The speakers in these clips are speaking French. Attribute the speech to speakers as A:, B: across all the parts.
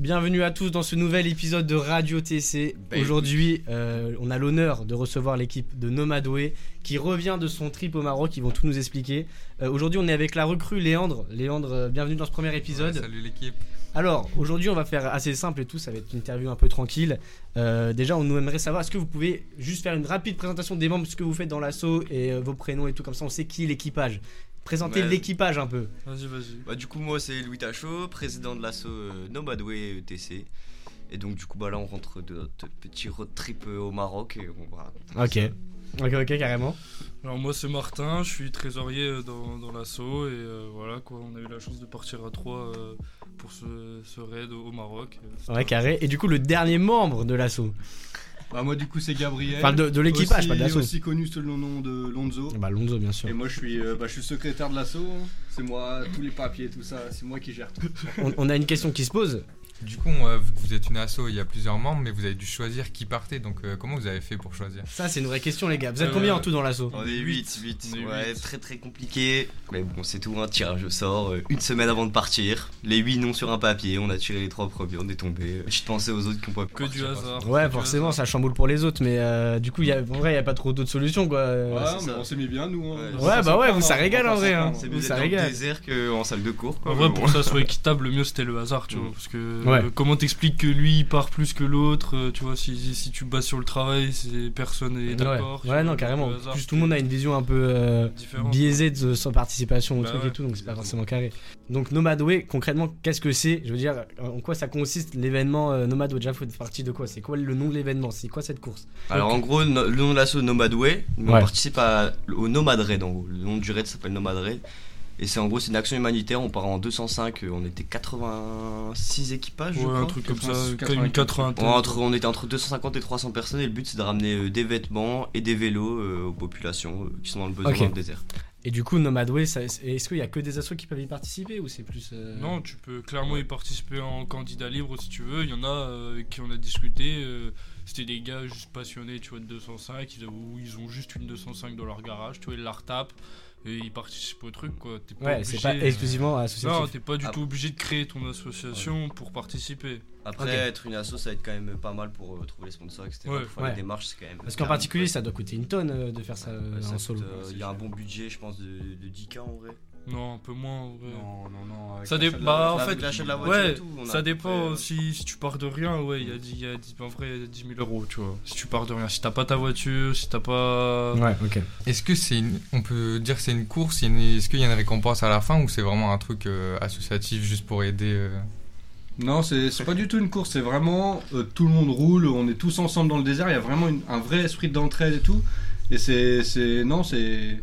A: Bienvenue à tous dans ce nouvel épisode de Radio TC.
B: Baby.
A: Aujourd'hui, euh, on a l'honneur de recevoir l'équipe de Nomadoué qui revient de son trip au Maroc. Ils vont tout nous expliquer. Euh, aujourd'hui, on est avec la recrue Léandre. Léandre, euh, bienvenue dans ce premier épisode.
B: Ouais, salut l'équipe.
A: Alors, aujourd'hui, on va faire assez simple et tout. Ça va être une interview un peu tranquille. Euh, déjà, on nous aimerait savoir, est-ce que vous pouvez juste faire une rapide présentation des membres, ce que vous faites dans l'assaut et euh, vos prénoms et tout. Comme ça, on sait qui est l'équipage. Présentez
C: Ouais.
A: l'équipage un peu.
C: Vas-y, vas-y.
D: Bah, du coup, moi, c'est Louis Tachot, président de l'asso euh, Nomadway ETC. Et donc, du coup, bah, là, on rentre de notre petit road trip euh, au Maroc et on va.
A: Ok. Ok, ok, carrément.
C: Alors, moi, c'est Martin, je suis trésorier euh, dans, dans l'assaut. Et euh, voilà, quoi, on a eu la chance de partir à trois euh, pour ce, ce raid au au Maroc. Euh, c'était
A: Ouais, carré. Et du coup, le dernier membre de l'assaut.
E: Bah, moi du coup c'est Gabriel.
A: Enfin, de, de l'équipage,
E: Aussi-
A: pas de l'assaut.
E: Aussi connu sous le nom de Lonzo.
A: Bah, Lonzo, bien sûr.
E: Et moi je suis, euh, bah, je suis secrétaire de l'assaut. hein. C'est moi, tous les papiers, tout ça, c'est moi qui gère tout.
A: On, on a une question qui se pose.
B: Du coup, on, euh, vous- vous êtes une asso, il y a plusieurs membres, mais vous avez dû choisir qui partait. Donc, euh, comment vous avez fait pour choisir
A: Ça, c'est une vraie question, les gars. Vous êtes
C: Euh,
A: combien en tout dans l'assaut
D: On est 8, 8.
C: On est
D: ouais,
C: huit.
D: très très compliqué. Mais bon, c'est tout, un tirage au sort, euh, une semaine avant de partir. Les 8 noms sur un papier, on a tiré les 3 premiers, on est tombé. Je pensais aux autres qui ont pas pu
C: Que du
D: partir.
C: hasard. que
A: Ouais,
C: du
A: forcément,
C: hasard.
A: ça chamboule pour les autres, mais euh, du coup, il y a, en vrai, il n'y a pas trop d'autres solutions, quoi.
E: Ouais,
A: Euh,
D: c'est
E: mais
D: ça.
E: on s'est mis bien nous. hein.
D: Ouais.
E: On va
A: Ouais,
E: pas
A: bah ouais,
E: s'en
A: vous, ça
E: plaindre,
A: régale,
E: on
A: en
E: va pas
A: vrai,
E: s'en
A: hein.
E: plaindre.
D: C'est
A: Ouh,
D: mieux
A: ça
D: d'être dans
A: régale.
D: le désert qu'en salle de cours. quoi,
C: En
D: mais
C: vrai,
D: bon.
C: pour que ça soit équitable, le mieux c'était le hasard, tu
D: Mm.
C: vois. Parce que
A: Ouais.
C: euh, comment t'expliques que lui il part plus que l'autre euh, Tu vois, si, si tu te bases sur le travail, c'est personne est d'accord.
A: Ouais,
C: tu
A: Ouais,
C: vois,
A: non,
C: donc
A: carrément.
C: le hasard,
A: Plus tout le monde a une vision un peu euh,
C: Différent.
A: biaisée de sa participation au
C: Bah
A: truc
C: ouais,
A: et tout, donc c'est pas forcément carré. Donc, Nomadway, concrètement, qu'est-ce que c'est Je veux dire, en quoi ça consiste l'événement euh, Nomadway Déjà, faut être parti de quoi C'est quoi le nom de l'événement C'est quoi cette course
D: Alors en gros, no- le nom de l'assaut Nomad Way, mais
A: Ouais.
D: on participe à- au Nomad Raid en gros. Le nom du raid s'appelle Nomad Raid. Et c'est en gros, c'est une action humanitaire. On part en 205, euh, on était 86 équipages, je
C: Ouais,
D: crois.
C: un truc comme ça,
E: 90,
C: une 80
D: On, entre, on était entre 250 et 300 personnes et le but c'est de ramener euh, des vêtements et des vélos euh, aux populations euh, qui sont dans le besoin
A: Ok.
D: dans le désert.
A: Et du coup, Nomadway, ça- est-ce qu'il y a que des assos qui peuvent y participer ou c'est plus. euh,
C: Non, tu peux clairement y participer en candidat libre si tu veux. Il y en a euh, avec qui on a discuté. euh, C'était des gars juste passionnés, tu vois, de 205. Ils, ont- ils ont juste une 205 dans leur garage, tu vois, ils la retapent et ils participent au truc, quoi. T'es pas
A: Ouais,
C: obligé,
A: c'est pas
C: euh,
A: exclusivement
C: Non,
A: associatif.
C: t'es pas du
D: Ah.
C: tout obligé de créer ton association pour participer.
D: Après,
A: Ok.
D: être une asso, ça va être quand même pas mal pour euh, trouver les sponsors, etc.
C: Ouais.
D: Pour faire
A: Ouais.
D: les démarches, c'est quand même.
A: Parce qu'en particulier, ça doit coûter une tonne euh, de faire ça euh,
D: Ouais, ça
A: en
D: coûte,
A: solo.
D: euh, Il y a un bon budget, je pense, de, de 10K en vrai.
C: Non, un peu moins. en vrai.
A: Euh,
E: Non, non, non. avec
C: Ça
E: l'achat de
C: dépend,
E: la-
C: Ah, en
D: Là,
C: fait,
D: avec l'achat de la voiture
C: Ouais,
D: et tout, on a à
C: ça
D: peu
C: dépend
D: près, euh,
C: si, si tu pars de rien, ouais, il y a, dix- il y a dix- en vrai, il y a 10 000 euros, tu vois. Si tu pars de rien, si t'as pas ta voiture, si t'as
D: euh,
C: pas.
A: Ouais, ok.
B: Est-ce que c'est une- on peut dire que c'est une course il y a une- Est-ce qu'il y a une récompense à la fin ou c'est vraiment un truc euh, associatif juste pour aider euh,
E: Non, c'est c'est pas du tout une course, c'est vraiment euh, tout le monde roule, on est tous ensemble dans le désert, il y a vraiment une- un vrai esprit d'entraide et tout. Et c'est. c'est- Non, c'est.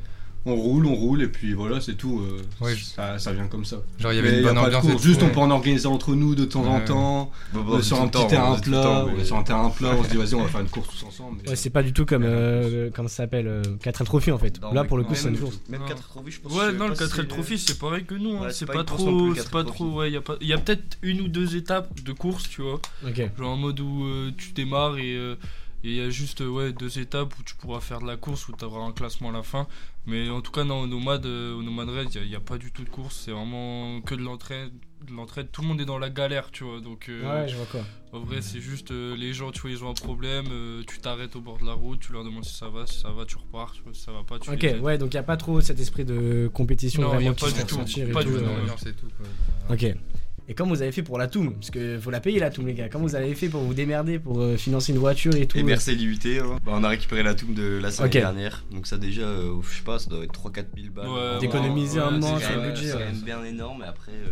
E: On roule, on roule, et puis voilà, c'est tout. euh,
B: Ouais, je-
E: ça, ça vient comme ça.
B: Genre, il y
E: Mais
B: avait une
E: y a
B: bonne
E: pas de
B: ambiance.
E: course,
B: et
E: juste
B: tout,
E: on peut en organiser entre nous de temps en
B: Ouais.
E: temps,
D: Bon,
E: euh,
D: bon,
E: sur
D: tout
E: un
D: le
E: petit
D: temps, on
E: terrain
D: est tout le
E: plat,
D: temps,
E: ouais,
D: mais-
E: sur un terrain plat, on se dit vas-y on va faire une course tous ensemble. mais
A: Ouais,
E: ça-
A: c'est pas du tout comme, euh, comme ça s'appelle, euh, 4 trophies en fait.
D: Non,
A: Là
D: mais
A: pour le
D: non,
A: coup, c'est
D: même-
A: une course.
D: Même
C: Non.
D: 4 trophies, je pense. je
C: Ouais,
D: sais
C: non,
D: pas
C: le
D: si euh,
C: 4
D: c'est-
C: L Trophy, c'est pareil que nous. hein.
D: Ouais,
C: c'est pas,
D: une course non plus,
C: trop.
D: le
C: C'est
D: 4
C: pas
D: Trophy.
C: trop. Ouais, il y a, pas- y a peut-être une ou deux étapes de course, tu vois.
A: Ok.
C: Genre en mode où euh, tu démarres et. euh, et il y a juste euh, ouais, deux étapes où tu pourras faire de la course, où tu auras un classement à la fin. Mais en tout cas, non, au Nomade, euh, au nomade Raid, il n'y a, pas du tout de course. C'est vraiment que de l'entraide. de l'entraide. Tout le monde est dans la galère, tu vois. Donc, euh,
A: Ouais, je vois quoi.
C: en vrai, c'est juste euh, les gens, tu vois, ils ont un problème. euh, tu t'arrêtes au bord de la route, tu leur demandes si ça va. Si ça va, tu repars. tu vois, si ça va pas, tu les
A: Ok,
C: aides.
A: ouais, donc il n'y a pas trop cet esprit de compétition
C: Non, y
A: vraiment
C: a
A: qui
C: pas
A: se
C: du
A: fait
C: tout,
A: ressentir et
C: pas
A: tout,
C: du
A: euh,
C: tout, ouais.
B: l'ambiance et tout, quoi.
A: Ok. Et comme vous avez fait pour la Toum, parce que faut la payer la Toum, les gars. Comment vous avez fait pour vous démerder, pour euh, financer une voiture et tout
D: Et
A: euh,
D: Eh, merci l'IUT, hein. Bah, on a récupéré la tombe de la semaine
A: Ok.
D: dernière, donc ça déjà, euh, je sais pas, ça doit être 3-4 000 balles.
C: Ouais,
A: D'économiser
C: ouais,
A: un
C: ouais,
A: moment
C: c'est
A: sur le
C: quand même-
A: budget.
D: C'est quand
A: ouais.
D: même bien énorme, et après, euh,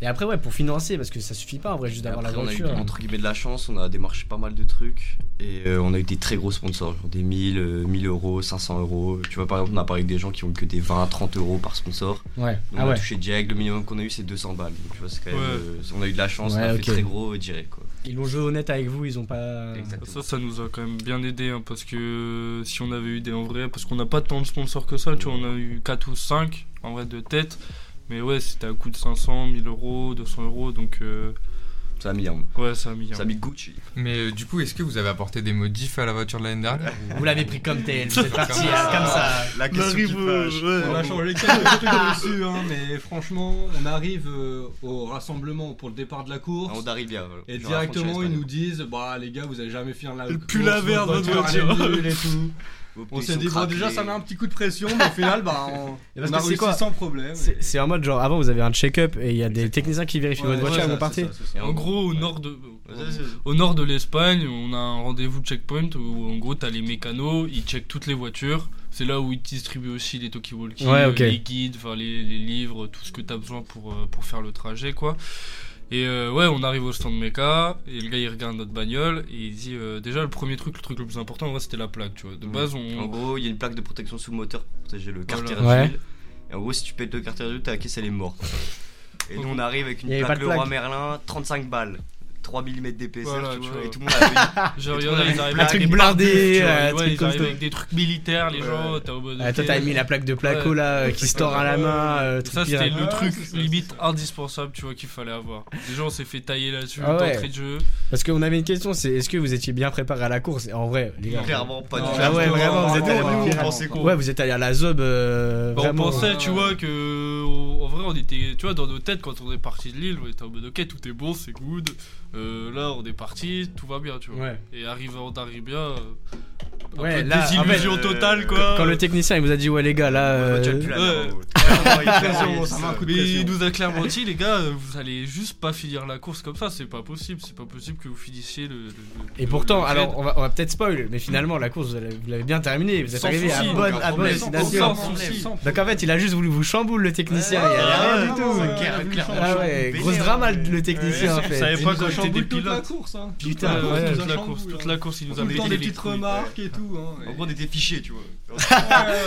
A: Et après, ouais, pour financer, parce que ça suffit pas en vrai, juste d'avoir la
D: après, on a eu
A: voiture. hein.
D: entre guillemets de la chance, on a démarché pas mal de trucs, et euh, on a eu des très gros sponsors, genre des 1000, euh, 1000 euros, 500 euros. Tu vois, par exemple, on a parlé avec des gens qui ont que des 20-30 euros par sponsor.
A: Ouais,
D: On
A: ah
D: a
A: ouais.
D: touché direct, le minimum qu'on a eu c'est 200 balles. Donc, tu vois, c'est quand même,
C: Ouais.
D: euh, on a eu de la chance,
A: Ouais,
D: on a
A: ok.
D: fait très gros euh, direct quoi.
A: Ils l'ont joué honnête avec vous, ils ont pas.
D: Exactement.
C: Ça, ça nous a quand même bien aidé hein, parce que si on avait eu des en vrai, parce qu'on n'a pas tant de sponsors que ça, tu vois, on a eu 4 ou 5 en vrai de tête, mais ouais, c'était à coût de 500, 1000 euros, 200 euros donc. euh,
D: Ça a mis un.
C: Ouais, ça a mis.
D: Ça a mis Gucci.
B: Mais euh, du coup, est-ce que vous avez apporté des modifs à la voiture de l'année dernière
A: Vous l'avez pris comme tel, c'est parti,
B: Comme
A: hein,
B: ça.
A: comme ça.
F: La question qui fâche.
E: On a changé quelques trucs dessus, hein, mais franchement, on arrive euh, au rassemblement pour le départ de la course.
D: On arrive bien.
E: Et directement, ils nous disent Bah, les gars, vous allez jamais finir la.
F: Elle
E: course,
F: pue la merde, votre
E: elle est
F: voiture.
E: nulle et tout. On s'est dit, bon, déjà, ça met un petit coup de pression, mais au final, bah, on,
A: Et parce que
E: on a
A: c'est
E: réussi
A: quoi
E: sans problème.
A: C'est c'est en mode genre avant vous avez un check-up et il y a des techniciens qui vérifient votre voiture avant de partir.
C: En gros, au nord de, au nord de l'Espagne, on a un rendez-vous checkpoint où en gros t'as les mécanos, ils checkent toutes les voitures. C'est là où ils distribuent aussi les talkie-walkie,
A: Ouais, ok.
C: les guides, enfin les, les livres, tout ce que t'as besoin pour, euh, pour faire le trajet quoi. Et euh, ouais, on arrive au stand méca et le gars il regarde notre bagnole et il dit euh, déjà le premier truc, le truc le plus important, en vrai, c'était la plaque, tu vois. De base,
D: En
C: on,
D: gros, il y a une plaque de protection sous le moteur pour protéger le
C: Voilà.
D: carter
E: Oh
A: Ouais.
D: d'huile. Et en gros, si tu pètes le carter d'huile, ta caisse elle est morte. Et nous, on arrive avec une
A: Il y avait
D: plaque,
A: pas de
D: Leroy
A: plaque.
D: Merlin, 35 balles, 3 mm d'épaisseur,
C: Voilà,
D: tu
C: tu
D: vois,
C: vois.
D: et tout le monde a
C: Ah,
D: Et
C: genre il y
D: toi,
C: en
D: on
C: a,
D: avait
C: ils
D: une
C: arrivent
D: plaque,
C: avec
D: un
C: des
A: truc blindé,
C: pardus, tu vois,
A: euh,
C: et
A: un
C: ouais,
A: truc
C: ils
A: comme
C: arrivent
A: ça.
C: avec des trucs militaires, les gens, t'as au mode,
A: Ah, toi
C: ok.
A: t'as mis la plaque de placo là euh, qui se tord à la main, euh, truc
C: Ça c'était
A: pirate.
C: le
E: Ouais,
C: truc
E: c'est ça,
C: limite indispensable tu vois qu'il fallait avoir. Déjà on s'est fait tailler là-dessus
A: Ah ouais.
C: d'entrée de jeu.
A: Parce qu'on avait une question, c'est est-ce que vous étiez bien préparé à la course Et En vrai, les
D: eu
A: gars.
D: clairement pas
E: Non,
D: du
A: Ah ouais,
D: tout.
A: vraiment, vous êtes allé à la
E: Nous, on
A: pirate.
D: pensait qu'on-
A: Ouais, vous êtes allé à la zob. euh,
C: Bah, on
A: vraiment.
C: pensait
E: ouais.
C: tu vois que on- en vrai on était tu vois dans nos têtes quand on est parti de Lille on était en mode ok tout est bon c'est good. Euh, là on est parti tout va bien tu vois.
A: Ouais.
C: Et arrivant d'Aribia euh, un
A: Ouais,
C: peu de
A: là, ah,
C: désillusion
D: en fait,
C: totale
D: euh,
C: quoi.
A: Quand le technicien il vous a dit ouais les gars là.
D: La voiture, elle
A: euh,
D: pue la
C: ouais.
D: merde, ouais.
E: pression, ça met un coup de
C: Mais il
E: pression.
C: nous a clairement dit les gars euh, vous allez juste pas finir la course comme ça c'est pas possible c'est pas possible que vous finissiez le. le- le-
A: Et pourtant,
C: le
A: alors
C: raid.
A: on va, on va peut-être spoil, mais finalement la course vous l'avez vous l'avez bien terminée, vous êtes
C: Sans
A: arrivé à
C: souci,
A: bonne,
D: aucun
A: à bonne
D: problème,
E: Sans
A: destination.
E: problème,
C: Sans
E: sans
A: Donc en fait, il a juste voulu vous chamboule le technicien, il y a
D: Ouais,
A: rien
D: ouais,
A: du tout.
D: ouais, ouais.
A: Ah ouais, grosse drama le le technicien en
C: Ouais,
A: fait.
C: ça avait
E: Et
C: pas
E: nous
C: quand
E: a
C: j'étais
E: chamboulé
C: des
E: toute la
C: pilotes.
E: course, hein.
A: Putain,
C: Ouais,
A: ouais.
C: toute la
E: Chamboule,
C: course, toute
E: ouais.
C: la course, il nous
E: Tout
C: a
E: le
C: pété
E: temps des
C: les
E: petites
C: couilles.
E: remarques et tout. hein,
D: En
E: et-
D: gros, on était fichés, tu vois.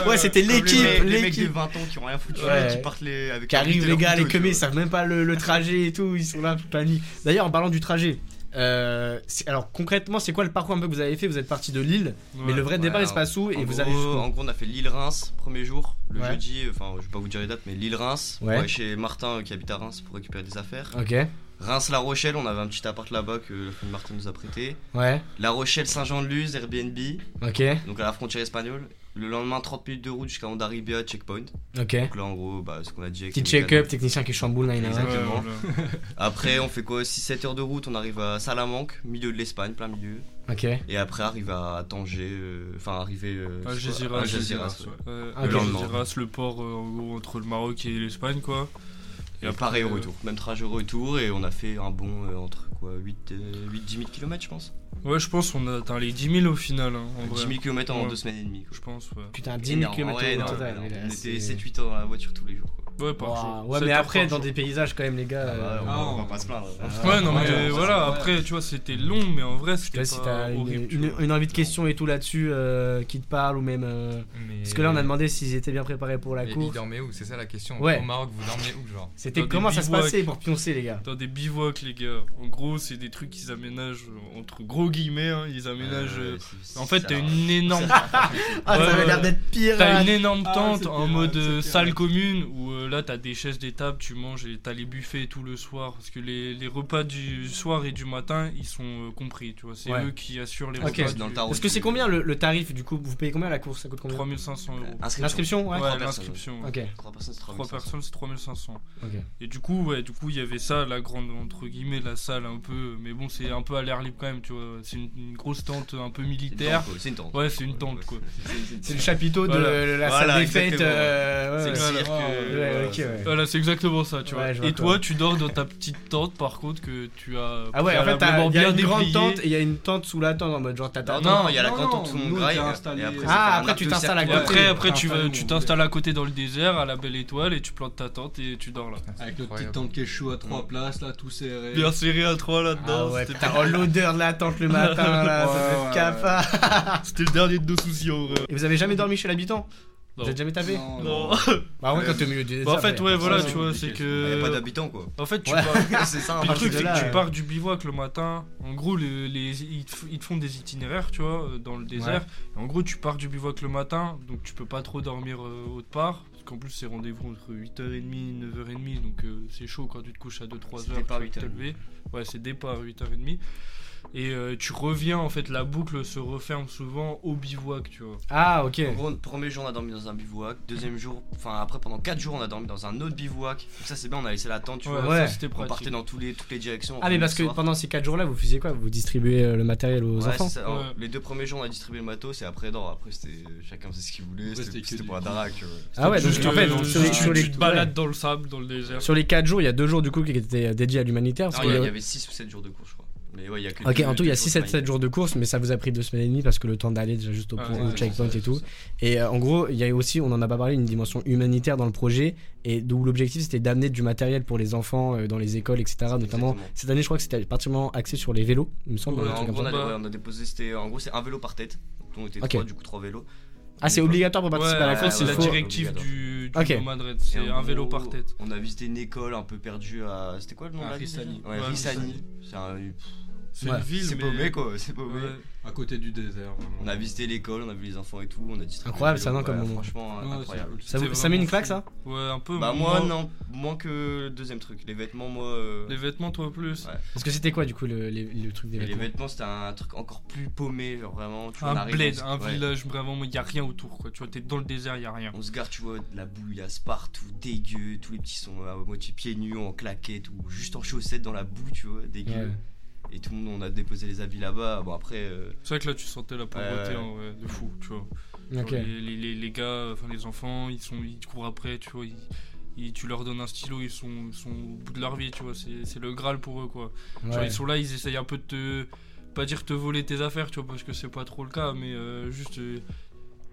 A: Ouais, c'était
D: Euh, Comme les
A: l'équipe,
D: mecs- Les mecs des
A: l'équipe
D: 20 ans qui ont rien foutu,
A: Ouais.
D: là, qui partent les. avec
A: qui
D: leur
A: arrivent
D: bite et
A: les
D: leur
A: gars, les
D: couteau, tu
A: queumés, ils
D: vois.
A: savent même pas le, le trajet et tout, ils sont là toute la nuit. D'ailleurs, en parlant du trajet, euh, c'est- alors concrètement, c'est quoi le parcours un peu que vous avez fait Vous êtes parti de Lille, mais
C: Ouais.
A: le vrai
D: Ouais,
A: départ il
D: alors,
A: se passe où et
D: en
A: vous
D: gros,
A: allez
D: En
A: jusqu'où
D: gros, on a fait Lille-Reims, premier jour, le
A: Ouais.
D: jeudi, enfin, je vais pas vous dire les dates, mais Lille-Reims,
A: Ouais.
D: ouais, chez Martin euh, qui habite à Reims pour récupérer des affaires.
A: Ok,
D: Reims-La Rochelle, on avait un petit appart là-bas que la famille Martin nous a prêté.
A: ouais,
D: La Rochelle-Saint-Jean-de-Luz, Airbnb,
A: ok,
D: donc à la frontière espagnole. Le lendemain, 30 minutes de route jusqu'à Hondarribia, checkpoint.
A: ok.
D: Donc là, en gros, bah, ce qu'on a dit. avec
A: Petit
D: les mécanos.
A: check-up, technicien qui chamboule, là, il y en a un.
C: Ouais,
D: Exactement.
C: voilà.
D: Après, on fait quoi 6-7 heures de route, on arrive à Salamanque, milieu de l'Espagne, plein milieu.
A: Ok.
D: Et après, arrive à Tanger, euh, enfin, arriver euh,
C: À
D: c'est quoi
C: Géziras,
D: À Géziras,
E: Géziras,
D: ouais.
C: Euh,
A: Ah, ok.
C: le
D: Le lendemain.
C: Algéras, le port euh, en gros entre le Maroc et l'Espagne quoi.
D: Et pareil au
C: euh,
D: retour, même trajet au retour et on a fait un bon euh, entre quoi euh, 8 10 000 km je pense.
C: Ouais, je pense on a atteint les 10 000 au final hein, en
D: 10
C: vrai.
D: 000 km en
C: Ouais.
D: 2 semaines et demie. quoi.
C: Je pense ouais.
A: Putain, 10 000
D: Énorme,
A: km
D: ouais,
A: au
D: énorme,
A: total.
D: énorme.
A: mais là,
D: On
A: c'est-
D: était 7-8 heures dans la voiture tous les jours. quoi.
C: Ouais, par
A: Ouah,
C: jour.
A: Ouais,
C: Sept
A: mais
C: heures
A: après,
C: par
A: dans
C: jour.
A: des paysages quand même, les gars. euh,
D: Ouais, on,
E: ah,
D: on va
E: on-
D: pas se plaindre. hein.
C: Ouais, non,
E: Ouais,
C: mais
E: ouais,
C: voilà,
E: ouais.
C: après, tu vois, c'était long, mais en vrai,
A: Je sais pas
C: c'était
A: si
C: pas
A: t'as une,
C: horrible. tu
A: une-
C: vois.
A: une envie de question et tout là-dessus euh, qui te parle ou même. euh, Parce que là, on a demandé s'ils étaient bien préparés pour la
B: Mais ils
A: course.
B: dormaient où C'est ça la question.
A: Ouais.
B: Au Maroc, vous dormiez où, genre
A: C'était
C: dans des
A: comment ça se
C: bivouacs.
A: passait pour pioncer, les gars
C: Dans des bivouacs, les gars. En gros, c'est des trucs qu'ils aménagent euh, entre gros guillemets. hein, ils aménagent. euh, En fait, t'as une énorme
A: Ah,
C: Ouais,
A: ça avait
C: ouais.
A: l'air d'être pire. hein.
C: T'as une énorme
E: Ah,
C: tente
E: c'est
C: en
E: pire,
C: mode
E: c'est
C: euh,
E: pire,
C: salle
E: ouais.
C: commune où euh, là t'as des chaises, des tables, tu manges et t'as les buffets et tout le soir parce que les, les repas du soir et du matin ils sont euh, compris, tu vois. C'est
A: Ouais.
C: eux qui assurent les
A: Ok.
C: repas.
D: Dans le
C: du-
D: tarot.
A: Parce que c'est combien le, le tarif du coup Vous payez combien la course Ça coûte combien
C: 3500 euros.
D: Inscription.
A: L'inscription Ouais.
C: Ouais,
D: Ah, trois personnes.
C: l'inscription.
A: Ok.
D: 3 personnes, c'est 3
C: 3 personnes c'est 3500.
A: Ok.
C: Et du coup, ouais, du coup, il y avait ça, la grande, entre guillemets, la salle un peu. Mais bon, c'est un peu à l'air libre quand même, tu vois. C'est une, une grosse tente un peu militaire.
D: C'est une tente.
C: Ouais, c'est une tente, quoi.
A: C'est le chapiteau de
C: Voilà.
A: la
D: Voilà,
A: salle des fêtes.
D: exactement.
A: euh,
D: C'est
A: ouais,
D: le
A: ouais.
D: cirque.
A: Ouais,
D: euh,
A: ok,
D: voilà.
A: ouais.
C: Voilà, c'est exactement ça, tu
A: Ouais,
C: vois.
A: je vois
C: et
A: quoi.
C: toi, tu dors dans ta petite tente, par contre, que tu as.
A: Ah ouais, en fait, t'as
C: préalablement
A: il y a une
C: bien
A: grande
C: dépliée.
A: tente et il y a une tente sous la tente en mode genre t'as ta
D: Non,
A: tente.
D: non, il y a la
E: Non,
D: grande
E: non,
D: tente, tout le
E: nous,
D: monde
E: on
D: graille.
E: était installés.
D: et
C: euh,
D: après,
E: Ah,
D: c'est un
A: après,
D: arc
A: tu
D: de
A: t'installes à
D: cercle.
C: Et après,
A: Ouais,
C: après tu vas,
E: installe-nous,
C: tu t'installes à côté dans le désert, à la belle étoile, et tu plantes ta tente et tu dors là.
E: Avec notre petite
B: Incroyable.
E: tente Kéchou à 3 places, là, tout serré.
C: Bien serré à trois
A: Ah
C: là-dedans.
A: ouais,
C: c'était,
A: putain, oh, l'odeur de la tente le matin là, ça
E: Ouais,
A: doit être
E: ouais,
A: cafard.
C: c'était le dernier de nos soucis en vrai.
A: Et vous avez jamais dormi chez l'habitant Vous
C: Non.
A: êtes jamais tapé
E: Non,
C: Non.
E: non.
A: Bah, en vrai, quand t'es au milieu du
C: Bah, en fait, ouais, voilà,
E: c'est
C: tu vois,
E: compliqué,
C: c'est
D: Il y a pas
C: que.
D: d'habitants quoi.
C: En fait, tu
A: Ouais.
C: pars-
D: C'est ça. un
C: Puis le
A: partir
C: truc,
A: de
C: c'est
A: là,
C: que tu
A: euh.
C: pars du bivouac le matin. En gros, le- les, ils, te, f- ils te font des itinéraires, tu vois, euh, dans le désert. Et en gros, tu pars du bivouac le matin, donc tu peux pas trop dormir euh, autre part. Parce qu'en plus, c'est rendez-vous entre 8h30 et 9h30, donc euh, c'est chaud quand tu te couches à 2-3h.
D: C'était pas
C: tu vas te
D: 8h30.
C: lever. ouais, c'est départ 8h30. Et euh, tu reviens, en fait, la boucle se referme souvent au bivouac, tu vois.
A: Ah, ok.
D: En gros, premier jour, on a dormi dans un bivouac. Deuxième jour, enfin après, pendant 4 jours, on a dormi dans un autre bivouac. Donc ça, c'est bien, on a laissé la tente, tu
C: Ouais,
D: vois.
A: ouais.
C: ça, c'était
D: On
C: pratique.
D: partait dans tous les, toutes les directions.
A: Ah, mais parce que pendant ces 4 jours-là, vous faisiez quoi Vous distribuez euh, le matériel aux
D: les
A: enfants
C: Ouais.
D: Les deux premiers jours, on a distribué le matos et après, non, après, c'était chacun faisait ce qu'il voulait.
E: c'était
D: C'était
E: que
D: c'était
E: du
D: pour la
E: coup.
D: darak, tu vois.
A: Ah ouais, donc
C: Juste,
A: en fait,
C: euh,
A: sur,
C: tu-
A: les- sur les,
C: tu te balades dans le sable, dans le désert.
A: sur les 4 jours, il y a 2 jours du coup qui étaient euh, dédiés à l'humanitaire.
D: Non,
A: parce
D: il y a-
A: que-
D: il y avait 6 ou 7 jours de course, je crois. Mais ouais, il y a que
A: Ok,
D: deux-
A: en tout, il y a
D: deux
A: 6-7 jours de course, mais ça vous a pris 2 semaines et demie parce que le temps d'aller déjà juste au,
C: Ah,
A: point,
C: ouais,
A: au
C: ouais,
A: checkpoint
D: c'est
A: et tout.
D: ça.
A: Et euh, en gros, il y a aussi, on n'en a pas parlé, une dimension humanitaire dans le projet. Et d'où l'objectif, c'était d'amener du matériel pour les enfants euh, dans les écoles, etc. Notamment,
D: Exactement.
A: cette année, je crois que c'était particulièrement axé sur les vélos, il me semble. un
C: Ouais,
D: Ouais,
A: truc
D: en
A: comme
D: gros, on
A: ça.
D: a,
C: Bah-
D: ouais, on a déposé, c'était en gros, c'est un vélo par tête. Donc, on était
A: Ok.
D: trois, du coup, trois vélos.
A: Ah, c'est obligatoire pour participer à la
C: Ouais,
D: ouais,
A: course,
C: c'est
A: il
C: la
A: faut-
D: direct-
C: directive du, du
A: Ok.
C: Nomad Red,
D: Et
C: c'est
D: en
C: un vélo
D: gros,
C: par tête.
D: On a visité une école un peu perdue à. C'était quoi le nom
E: À
D: de la ville
E: Rissani.
D: déjà Ouais,
C: Ouais,
D: Rissani.
C: Rissani.
D: C'est un.
C: C'est
A: Ouais.
C: une ville,
D: C'est
C: mais-
D: paumé quoi, c'est paumé.
C: Ouais.
E: À côté du désert, vraiment.
D: On a visité l'école, on a vu les enfants et tout, on a distribué.
A: Incroyable,
D: le
A: ça,
D: vélo,
A: non, comme
D: ouais,
A: moment.
D: Franchement,
E: Ouais,
D: incroyable.
E: c'est
A: Ça, vous-
C: C'était
A: ça met une
C: vraiment
A: claque,
C: fou.
A: ça
C: Ouais, un peu.
D: Bah,
C: mais
D: moi, non, moins que le deuxième truc. Les vêtements, moi. euh,
C: Les vêtements, toi, plus.
D: Ouais.
A: Parce que c'était quoi, du coup, le, les- le truc des
D: et les
A: vêtements
D: vêtements, c'était un truc encore plus paumé, genre vraiment. Tu vois, on
C: Un
D: arrive,
C: bled,
D: on se-
C: un
D: ouais.
C: village, vraiment, il a rien autour, quoi. Tu vois, t'es dans le désert, il a rien.
D: On se garde, tu vois, de la bouillasse partout, dégueu, tous les petits sont à moitié pieds nus, en claquettes ou juste en chaussettes dans la boue, tu vois, dégueu.
A: Ouais.
D: Et tout le monde, on a déposé les habits là-bas. Bon, après, euh,
C: C'est vrai que là, tu sentais la pauvreté,
D: Ouais.
C: hein, ouais, de fou, tu vois.
A: Ok.
C: Genre, Les, les- les- les gars, enfin les enfants, ils sont, ils te courent après, tu vois. Ils, ils- tu leur donnes un stylo, ils sont, ils sont au bout de leur vie, tu vois. C'est c'est le Graal pour eux, quoi. Genre,
A: Ouais.
C: ils sont là, ils essayent un peu de te. Pas dire te voler tes affaires, tu vois, parce que c'est pas trop le cas, mais euh, juste. euh,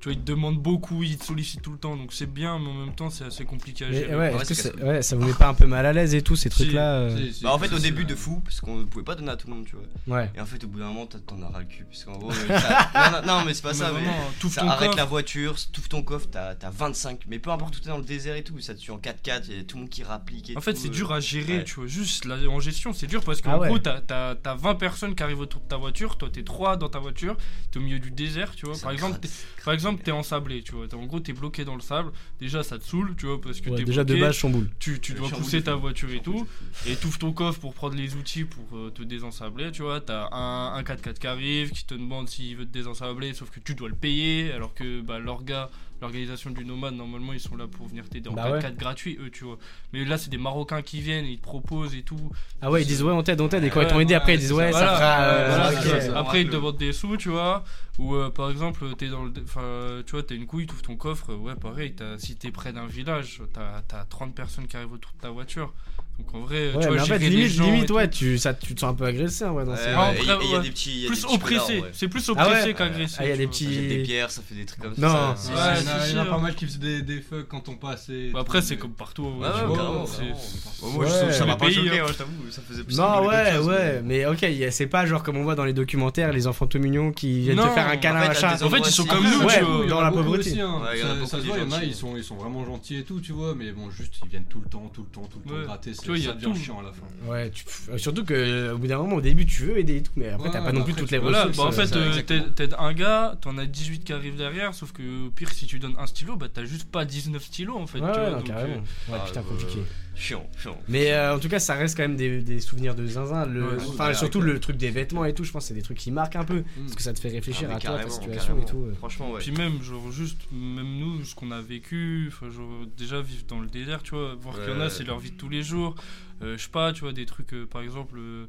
C: tu vois, ils te demandent beaucoup, ils te sollicitent tout le temps, donc c'est bien, mais en même temps, c'est assez compliqué à
A: Mais
C: gérer.
A: ouais,
D: Ouais,
A: est-ce que
D: c'est
A: c'est- ouais, ça vous met pas un peu mal à l'aise et tout, ces
C: Si,
A: trucs-là euh,
E: Si, si,
D: bah, en fait, au
E: c'est-
D: début, de fou, parce qu'on pouvait pas donner à tout le monde, tu vois.
A: Ouais.
D: Et en fait, au bout d'un moment, t'as- t'en as ras le cul. Parce qu'en gros, euh, ça- non, non, non, mais c'est pas
C: Mais
D: Bah, ça, mais.
C: vraiment, t'ouvres
D: Ça
C: ton
D: arrête
C: coffre.
D: la voiture, touffe ton coffre, t'as t'as 25. Mais peu importe où t'es dans le désert et tout, ça te tue en 4x4, y a tout le monde qui rapplique. et
C: En fait,
D: tout,
C: c'est
D: euh.
C: dur hein. à gérer,
D: ouais.
C: tu vois. Juste la, en gestion, c'est dur parce qu'en
A: Ah ouais.
C: gros, t'as, t'as, t'as 20 personnes qui arrivent autour de ta voiture. Toi, t'es 3 dans ta voiture. T'es au milieu du désert, tu vois.
D: Ça
C: Par exemple,
D: craque,
C: t'es,
D: ça
C: par
D: craque.
C: exemple, t'es ensablé, tu vois. T'es- en gros, t'es bloqué dans le sable. Déjà, ça te saoule, tu vois, parce que
A: Ouais,
C: t'es
A: déjà de
C: bloqué.
A: base, je chamboule.
C: tu, tu
D: Le
C: dois
D: charbon
C: pousser
D: de
C: ta
D: fou.
C: voiture et tout.
D: de fou.
C: Et t'ouvres ton coffre pour prendre les outils pour euh, te désensabler, tu vois. T'as un, un 4x4 qui arrive, qui te demande s'il veut te désensabler, sauf que tu dois le payer, alors que bah, l'orga, l'organisation du nomade, normalement, ils sont là pour venir t'aider en
A: Bah ouais.
C: 4x4 gratuit, eux, tu vois. Mais là, c'est des Marocains qui viennent, ils te proposent et tout.
A: Ah ouais, ils disent ouais, on t'aide, on t'aide. Et quand ils t'ont
C: Ouais,
A: aidé, après, ils disent ouais, ça
C: Voilà,
A: fera. euh,
C: voilà,
A: ok.
C: c'est ça. Après, ils te
D: Remarque-le.
C: demandent des sous, tu vois. Ou euh, par exemple, t'es dans le. Enfin, tu vois, t'as une couille, t'ouvres ton coffre. euh, Ouais, pareil, t'as- si t'es près d'un village, t'as t'as 30 personnes qui arrivent autour de ta voiture. Donc en vrai, euh,
A: Ouais,
C: tu vois,
A: mais en fait,
C: gérer les
A: limite,
C: gens et
A: limite,
C: tout.
A: ouais, tu, ça, tu te sens un peu agressé, ouais, dans
D: Ouais,
A: ces-
D: ouais,
C: Ah,
D: et-
C: après,
D: et y a
C: ouais.
D: des petits. y a
C: Plus
D: des petits
C: oppressé,
D: connards, ouais.
C: c'est plus
A: Ah ouais
C: oppressé qu'agressé.
A: Ah, il y a
C: tu
A: des
C: vois.
D: Ça jette des
A: petits.
D: pierres, ça fait des trucs comme
A: Non.
D: ça. c'est-
E: Ouais,
C: Ouais,
E: il y en a-
C: c'est
E: il y en a
C: sûr.
E: pas mal qui faisaient des, des fucks quand on passait. et
C: Bah,
E: tout,
C: après, c'est
E: mais-
C: comme partout.
D: Ouais,
C: tu
D: ouais,
C: vois,
D: carrément,
C: c'est-
D: vraiment. Bon,
A: Ouais.
D: Moi, je trouve que ça m'a pas
C: Pays,
D: choqué,
C: hein.
D: hein, je t'avoue. Ça faisait plus
A: Non,
D: rigoler qu'autre
A: ouais,
D: chose,
A: ouais,
D: mais-
A: mais ok, y a- c'est pas genre comme on voit dans les documentaires, les enfants tout mignons qui viennent te
C: Non,
A: faire un câlin,
D: en fait,
A: machin.
D: à des
C: En fait, ils sont
D: Ouais,
C: comme nous,
A: ouais.
C: tu vois.
E: Il y en
A: dans
E: a
A: la
E: beaucoup
A: pauvreté.
E: aussi, hein.
D: Ouais, il y en a
E: ça,
D: beaucoup
E: ça se
D: des
E: voit, il y en a,
D: gentils.
E: ils sont, ils sont vraiment gentils et tout, tu vois, mais bon, juste, ils viennent tout le temps, tout le temps, tout le temps
C: Ouais.
E: gratter, c'est-
C: Tu vois, il y
E: ça
C: a
E: devient
C: tout.
E: chiant à la fin.
A: Ouais, tu- pff, surtout que euh, au bout d'un moment, au début, tu veux aider et tout, mais après,
E: Ouais,
A: t'as pas
E: ouais,
A: non
E: bah
A: plus
E: après,
A: toutes
E: tu
A: les
E: peux-
C: Voilà,
A: ressources.
C: bah en
A: euh,
C: fait,
D: ça,
C: euh,
D: exactement.
C: t'aides t'aides un gars, t'en as 18 qui arrivent derrière, sauf que au pire, si tu donnes un stylo, bah t'as juste pas 19 stylos en fait.
A: ouais,
C: tu vois,
A: ouais, non,
C: donc,
A: carrément.
C: euh,
A: Ouais,
D: Ah,
A: putain,
D: ouais,
A: compliqué.
D: ouais. Chiant, chiant.
A: Mais euh, en tout cas, ça reste quand même des, des souvenirs de zinzin.
C: Ouais,
A: Le,
C: ouais,
A: enfin,
D: ouais,
A: surtout
D: ouais.
A: le truc des vêtements et tout, je pense que c'est des trucs qui marquent un peu. Parce que ça te fait réfléchir
D: Ah, mais
A: à toi, à ta
D: carrément,
A: situation et tout.
D: carrément.
A: euh.
D: Franchement, ouais.
C: Puis même, genre, juste, même nous, ce qu'on a vécu, enfin, genre, déjà vivre dans le désert, tu vois, voir qu'il y en a,
D: Ouais.
C: c'est leur vie de tous les jours. Euh, Je sais pas, tu vois, des trucs, euh, par exemple, euh,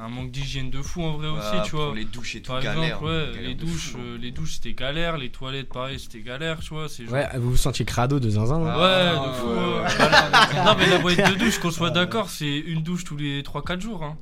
C: un manque d'hygiène de fou en vrai
D: Ah,
C: aussi, tu vois.
D: Pour les douches et tout,
C: Par
D: galère.
C: exemple, ouais,
D: galère
C: les
D: de fou,
C: douches,
D: hein.
C: euh, les douches c'était galère, les toilettes pareil c'était galère, tu vois, c'est genre-
A: euh. Ouais, vous vous sentiez crado de zinzin hein. là
D: Ah,
C: Ah Ouais, de fou, ouais. Non mais la boîte de douche, qu'on
D: Ah,
C: soit d'accord, c'est une douche tous les 3-4 jours, hein.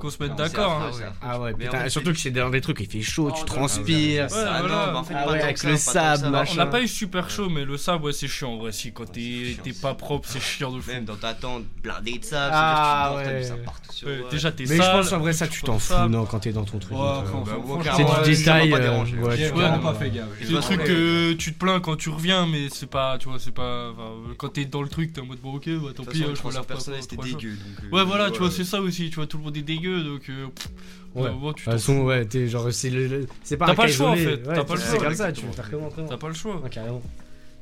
C: Qu'on se mette
E: d'accord
D: C'est
C: d'accord,
D: affreux,
C: hein.
D: c'est affreux.
A: Ah ouais,
D: Mais en
A: putain,
D: fait,
A: surtout que c'est dans des trucs, il fait chaud, tu
D: Ah
A: transpires.
D: ouais,
C: Ouais, voilà.
D: non, mais en fait,
A: Ah
D: pas
A: ouais,
D: tant
A: avec
D: que ça,
A: le
D: pas tant que ça,
A: sable,
D: non.
A: machin.
C: On n'a pas eu super chaud, mais le sable, ouais, c'est chiant en vrai. Si quand
D: Ouais,
C: t'es
D: c'est chiant,
C: t'es
D: c'est
C: pas propre, c'est chiant de fou.
D: Même dans ta tente, blindée de sable,
A: Ah,
D: c'est-à-dire que tu dors, t'as
A: ouais.
D: du sable partout sur
C: Ouais,
D: toi.
C: Déjà, t'es
A: Mais je pense en
C: sale.
A: vrai, ça, tu t'en
C: pense
A: fous,
C: ça.
A: non, quand t'es dans ton truc.
E: Ouais,
A: euh,
E: franchement,
D: Bah, moi,
E: franchement,
A: C'est
D: carrément,
A: du
D: ouais, ça m'a
A: détail.
D: pas
A: euh,
D: dérangé.
A: ouais,
E: J'ai
A: tu
C: vois,
E: vraiment
A: vois.
E: pas fait gaffe.
C: C'est
E: j'ai
C: le
E: vraiment
C: truc
E: pas
C: que tu te plains quand tu reviens, mais c'est pas, tu vois, c'est pas. enfin, euh, Quand t'es dans le truc, t'es en mode bon, ok, bah tant
D: De toute façon, le
C: pis, euh, je me
D: transport
C: lave pas.
D: personnel,
C: pour
D: c'était
C: trois jours.
D: dégueu. donc, euh,
C: Ouais, voilà, tu vois, c'est ça aussi, tu vois, tout le monde est dégueu, donc. euh, pff,
A: Ouais. Bah,
C: bon,
A: De toute
C: tu t'en fous.
A: façon, ouais, t'es genre, c'est le- le- c'est pas
C: T'as
A: un
C: pas le
A: cas
C: choix, en
A: isolé.
C: fait,
A: Ouais,
C: t'as pas le
A: c'est
D: choix,
A: comme ça, tu
D: exactement.
A: t'as comment
C: T'as pas le choix.
A: carrément.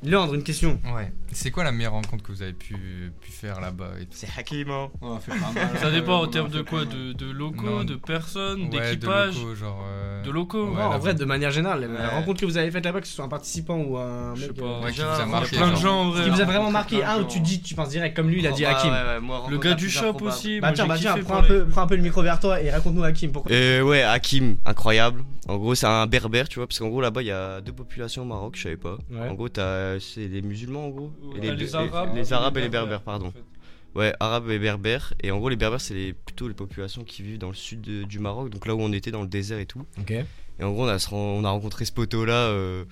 A: Leandre, une question.
B: Ouais. C'est quoi la meilleure rencontre que vous avez pu, pu faire là-bas et tout
F: C'est Hakim, hein.
E: On a fait pas mal.
C: Ça
E: Ouais,
C: dépend
E: on
C: en
E: a
C: termes
E: fait
C: de
E: pas
C: quoi
E: mal.
C: de, de locaux,
B: Non.
C: de personnes,
B: Ouais, de
C: d'équipage,
B: locaux, genre. euh,
C: de locaux.
B: Ouais,
A: Non, en
B: la
A: vrai,
B: vraie.
A: de manière générale, la
B: Ouais.
A: rencontre que vous avez faite là-bas, que ce soit un participant ou un
C: Je sais
A: mec,
C: pas.
A: euh,
B: Ouais, qui vous
F: Déjà,
B: a
F: il y a
C: Il y
B: marqué.
C: a plein de
B: genre.
C: gens en vrai.
A: qui vous a
C: hein.
A: vraiment
F: rencontre
A: marqué,
F: plein de
A: un où
F: gens.
A: tu dis, tu penses direct comme lui, il a dit
F: Oh, bah,
A: Hakim.
F: ouais, ouais, moi, rencontre
C: Le
F: la
C: gars du
F: plus
C: shop
F: improbable.
C: aussi.
A: Bah
C: moi,
A: tiens,
C: j'ai
A: bah tiens,
C: kiffé
A: prends
C: pour
A: un, peu,
C: les-
A: prends un peu le micro vers toi et raconte-nous Hakim. Pourquoi
D: Euh, ouais, Hakim, incroyable. En gros, c'est un berbère, tu vois, parce qu'en gros, là-bas, il y a deux populations au Maroc, je savais pas.
A: Ouais.
D: En gros, t'as, c'est les musulmans, en gros.
C: Ouais,
D: et les,
C: les
D: deux-
C: Arabes
D: les
C: et
D: Arabes
C: les
D: et les berbères,
C: Berbères,
D: pardon.
C: en fait.
D: Ouais, Arabes et berbères. Et en gros, les berbères, c'est les, plutôt les populations qui vivent dans le sud de- du Maroc, donc là où on était, dans le désert et tout.
A: Ok.
D: Et en gros, on a, se ren- on a rencontré ce poteau-là euh,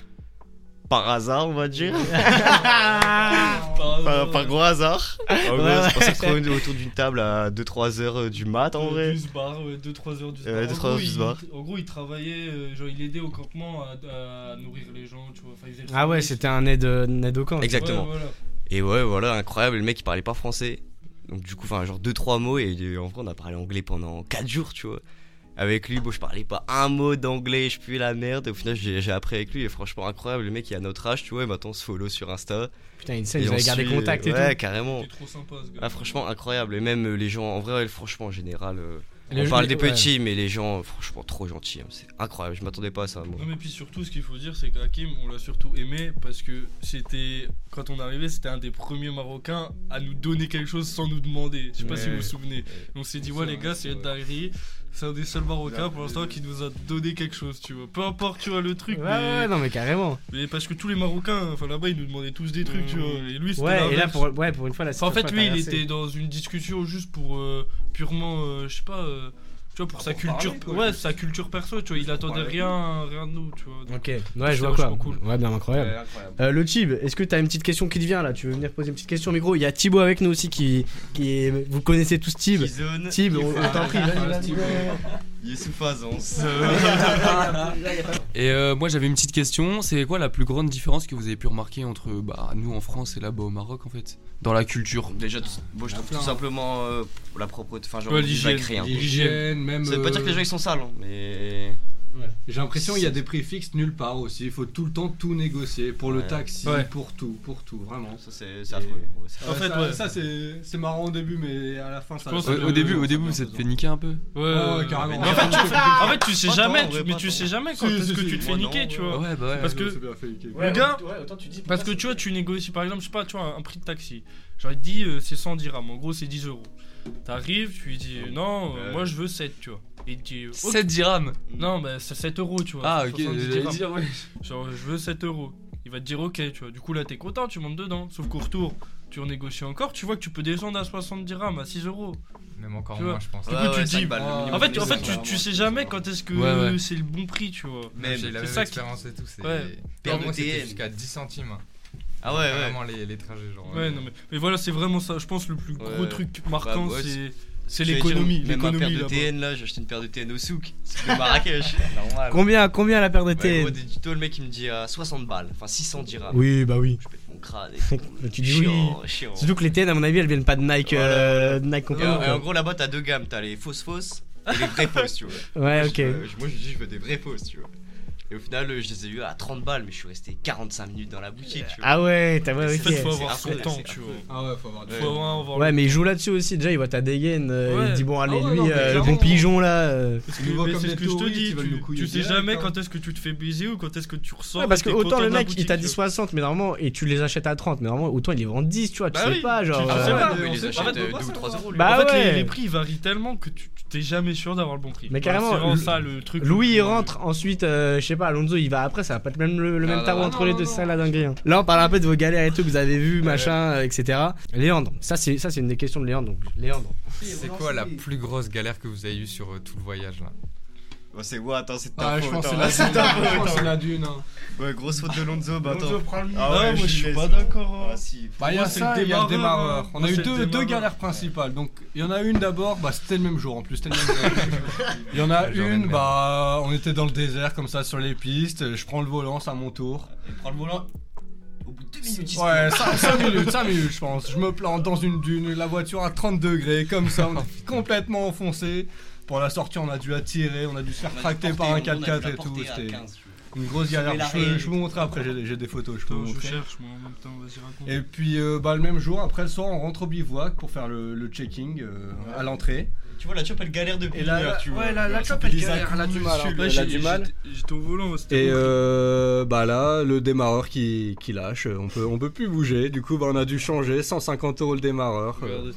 D: par hasard, on va dire. par, par gros hasard. En gros,
A: Ouais,
D: On s'est retrouvés autour d'une table à 2-3 heures euh, du mat, en vrai.
C: 12 bars, ouais, 2-3 heures du
D: Ouais, Euh, deux,
C: En
D: trois
C: gros,
D: heures du
C: il-
D: soir.
C: En gros, il travaillait, euh, genre, il aidait au campement à, à nourrir les gens, tu vois. Enfin, il faisait le
A: Ah ouais,
C: service.
A: c'était un aide, un aide au camp.
C: Ouais,
D: Exactement.
C: voilà.
D: Et ouais, voilà, incroyable, le mec il parlait pas français. Donc du coup, enfin, genre deux trois mots et euh, en vrai, on a parlé anglais pendant quatre jours, tu vois. Avec lui, bon, je parlais pas un mot d'anglais, je puais la merde. Au final, j'ai j'ai appris avec lui et franchement, incroyable, le mec il a notre âge, tu vois, et maintenant on se follow sur Insta.
A: Putain, il
D: et
A: ils
D: on
A: avaient gardé
D: suit,
A: contact et
D: Ouais,
A: tout.
D: carrément.
C: Il était trop sympa ce gars.
D: Ah, franchement, incroyable. Et même euh, les gens, en vrai, ouais, franchement, en général, euh,
A: Les-
D: on parle
A: les-
D: des
A: ouais.
D: petits, mais les gens, euh, franchement, trop gentils. hein. C'est incroyable, je m'attendais pas à ça. moi.
C: Non mais puis surtout ce qu'il faut dire c'est qu'Hakim on l'a surtout aimé parce que c'était quand on est arrivé c'était un des premiers Marocains à nous donner quelque chose sans nous demander. Je sais pas
B: Ouais,
C: si vous
B: ouais.
C: vous souvenez. On s'est dit
B: C'est
C: ouais
B: vrai,
C: les gars
B: c'est
C: c'est Dari, c'est un des seuls Marocains pour l'instant qui nous a donné quelque chose tu vois. Peu importe tu vois le truc
A: Ouais,
C: mais,
A: ouais, non mais carrément.
C: mais parce que tous les Marocains enfin là-bas ils nous demandaient tous des trucs tu vois
E: Mm.
C: et lui c'était
A: Ouais, et là
C: l'inverse.
A: pour, ouais, pour une fois, la
C: Enfin, en fait,
A: situation
C: lui,
A: a
C: il
A: inversé.
C: était dans une discussion juste pour euh, purement, euh, je sais pas, euh, tu vois, pour
E: Ah,
C: sa
E: pour
C: culture,
E: parler, quoi,
C: ouais,
E: juste.
C: sa culture perso, tu vois, il
E: Juste pour
C: attendait
E: parler.
C: rien, rien de nous, tu vois. donc.
A: Ok, ouais, je
C: C'était
A: vois quoi.
C: vachement cool.
A: Ouais, bien incroyable.
E: Ouais, incroyable.
A: Euh, le Chib, est-ce que t'as une petite question qui te vient là Tu veux venir poser une petite question Mais gros, il y a Thibaut avec nous aussi qui, qui est... Vous connaissez tous Thib
F: Kizone.
A: Thib, on, on t'en prie, vas-y, vas-y.
F: Youssouf Azance.
G: Et euh, moi j'avais une petite question, c'est quoi la plus grande différence que vous avez pu remarquer entre bah, nous en France et là-bas au Maroc en fait Dans la culture
D: Déjà, tout- bon, je trouve tout simplement euh, la propreté. Enfin, genre,
C: Ouais,
D: ils
C: l'hygiène,
D: vaquent rien.
E: L'hygiène, même.
D: Ça veut pas dire que les gens ils sont sales, hein, mais.
E: J'ai l'impression qu'il y a des prix fixes nulle part aussi. Il faut tout le temps tout négocier pour le
D: Ouais.
E: taxi,
C: Ouais.
E: pour tout, pour tout, vraiment.
D: Ça, c'est c'est affreux. en vrai, c'est-
C: En fait,
E: ça,
C: ouais.
E: ça, c'est c'est marrant au début, mais à la fin, ça.
C: pense
G: Au,
E: ça-
C: que-
G: au début,
E: ça
G: au début
E: devient
G: ça te fait
E: pesant.
G: niquer un peu
C: Ouais,
E: Ah Ouais,
C: ouais,
E: ouais, carrément.
C: mais En fait, tu, en fait, tu sais
D: Pas tant,
C: jamais,
D: en
C: tu-
D: vrai,
C: mais
D: pas
C: tu
D: tant.
C: sais jamais quand
E: Si,
C: est-ce
E: si,
C: que
E: si,
C: tu te
E: si.
D: Moi,
C: fais
D: non,
C: niquer, tu vois.
G: Ouais bah ouais.
C: Parce que-
E: Ça s'est bien fait niquer.
C: Le gars,
A: autant tu dis.
C: Parce que tu vois, tu négocies par exemple, je sais pas, tu vois, un prix de taxi. Genre, il te dit euh, c'est 100 dirhams, en gros, c'est 10 euros. T'arrives, tu lui dis non, euh,
D: Ouais.
C: moi je veux 7, tu vois. Et il te dit euh, ok.
G: 7 dirhams
C: Non, bah c'est 7 euros, tu vois.
G: Ah ok,
C: 70
G: j'allais
C: dirhams.
G: dire, ouais.
C: Genre, je veux 7 euros. Il va te dire, ok, tu vois. Du coup, là, t'es content, tu montes dedans. Sauf qu'au retour, tu renégocies encore, tu vois que tu peux descendre à 60 dirhams, à 6 euros.
B: Même encore
C: Tu
B: moins,
C: vois.
B: je pense. hein.
C: Ouais. coup, tu dis,
D: cinq balles, le
E: en
G: Ah,
D: minimum.
C: En fait, en fait
E: Ouais,
C: tu, tu
E: ouais.
C: sais jamais quand est-ce que
G: Ouais, ouais.
C: c'est le bon prix, tu vois.
D: Même.
B: J'ai la
C: c'est
B: même
C: ça qui-
B: expérience et tout. C'est.
C: Ouais.
B: Pour moi, c'était
D: PRDN.
B: jusqu'à 10 centimes. hein.
D: Ah ouais, ouais.
B: Vraiment les, les trajets, genre. euh,
C: Ouais, non, mais, mais voilà, c'est vraiment ça. Je pense le plus gros
D: Ouais.
C: truc marquant,
D: Bah, ouais,
C: c'est.
D: Ce que
C: c'est
D: j'allais dire,
C: l'économie,
D: Même ma
C: l'économie,
D: paire de
C: là-bas.
D: TN là, j'ai acheté une paire de TN au souk. C'est de Marrakech. Normal.
A: Combien, combien la paire
C: Bah,
A: de
D: Ouais,
A: tes
D: gros, des- du tout, Bah, le mec il me dit à 60 balles, enfin 600 dirhams.
A: Oui, bah oui.
D: Je pète mon crâne et tout.
A: Tu dis oui.
D: Chiant, chiant.
A: Surtout que les TN, à mon avis, elles viennent pas de Nike, euh, Nike
D: Et en,
A: compagnie.
D: et en gros là-bas t'as deux gammes, t'as les fausses fausses et les vraies fausses, tu vois.
A: quoi. Ouais, Ah, ok.
D: Moi, je- moi je dis je veux des vraies fausses, tu vois. Et au final euh, je les ai eu à 30 balles, mais je suis resté 45 minutes dans la boutique, tu vois.
A: Ah ouais, t'as ouais,
D: C'est
C: En fait,
A: ok.
C: faut
D: c'est
C: avoir son
D: affreux,
C: temps,
D: c'est
C: tu vois.
E: Ah ouais, faut avoir
D: Ouais.
E: des.
C: Faut avoir, avoir
A: Ouais, mais il joue là-dessus aussi. Déjà, il voit ta dégaine. euh, Il
C: Ouais.
A: dit bon, allez,
E: Ah ouais,
A: lui,
E: non, mais
A: euh, le bon
E: clairement.
A: pigeon là. euh.
C: Parce
E: Ils
C: que-
E: nous voient
C: mais
E: comme
C: c'est
E: des
C: ce que je te
E: touristes,
C: dis,
E: ils veulent nous
C: tu,
E: couiller
C: tu sais
E: direct,
C: jamais
E: hein.
C: quand est-ce que tu te fais baiser ou quand est-ce que tu ressors.
A: Ouais, parce
C: et
A: que
C: t'es
A: autant
C: content
A: le
C: de la
A: mec, il t'a
C: boutique,
A: dit
C: tu vois.
A: 60, mais normalement, et tu les achètes à 30, mais normalement, autant il les vend 10, tu vois. Tu
C: Bah
A: sais
C: oui,
A: pas, genre.
C: tu
A: euh,
C: sais pas.
D: Ouais, mais
C: en
D: ils
C: fait-
D: achètent,
C: en fait,
D: euh,
C: on
D: deux ou trois euros, lui.
A: Bah
C: en fait, les-
A: ouais.
C: les, prix varient tellement que tu tu- t'es jamais sûr d'avoir le bon prix.
A: Mais
C: Enfin,
A: carrément,
C: c'est vraiment
A: le-
C: ça le truc.
A: Louis il
C: Le-
A: rentre, ensuite, euh, je sais pas, Alonso il va après, ça va pas être même le, le
D: Non,
A: même
D: non,
A: tarot
D: non,
A: entre les deux, c'est ça la dinguerie. hein. Là on parle un peu de vos galères et tout que vous avez vu, machin, euh, etc. Léandre, ça c'est ça c'est une des questions de Léandre. Donc Léandre,
B: C'est quoi la plus grosse galère que vous avez eue sur euh, tout le voyage là
D: Bon, c'est quoi attends, c'est de ta
E: Ah, je
D: faute,
E: pense que
D: hein.
E: c'est la
D: C'est de ta faute,
E: je pense que
D: hein.
E: c'est la dune. hein.
D: Ouais, grosse faute de Lonzo, bah attends.
C: Ah ouais, moi je suis
D: laisse,
C: pas
D: hein.
C: d'accord. hein.
D: Ah si.
E: Bah, il y a
C: Moi, c'est
E: ça,
C: le
E: il y a
C: démarreur,
E: le démarreur.
C: hein.
E: On
C: Moi,
E: a eu
C: c'est le
E: deux, deux
C: démarreur.
E: galères principales. Donc, il y en a une d'abord, bah, c'était le même jour en plus. c'était le même jour. Il y en a
B: Le jour même,
E: une,
B: merde.
E: bah, on était dans le désert comme ça sur les pistes. Je prends le volant, c'est à mon tour.
D: Prends le volant. Au bout de 2 minutes, il
E: Ouais, 5, minutes, 5 minutes, je pense. Je me plante dans une dune, la voiture à 30 degrés, comme ça, on est complètement enfoncé. Pour la sortie, on a dû attirer, on a dû se faire tracter par un 4x4 et tout. c'était- une grosse
D: Mais
E: galère.
D: la
E: Je, peux-
D: ré-
E: je peux vous montrer après, j'ai j'ai des photos, je peux vous
C: Attends, je
E: montrer.
C: cherche, moi en même temps, vas-y, raconte.
E: Et puis euh, bah, le même jour, après le soir, on rentre au bivouac pour faire le, le checking euh, à l'entrée.
D: Tu vois, la chop elle galère depuis
E: Et là,
D: une heure,
E: là-
D: tu
E: ouais,
D: vois.
E: là, la
D: Ça
E: chope,
D: fait
E: elle
D: des
E: galère, elle a du mal, hein.
D: incroustes.
E: Ouais, Elle a du mal.
C: J'étais- J'étais au volant, c'était
E: Et
C: bon.
E: euh, bah là, le démarreur qui, qui lâche, on peut, on peut plus bouger. Du coup, bah, on a dû changer 150 euros le démarreur. euh.
C: Regarde,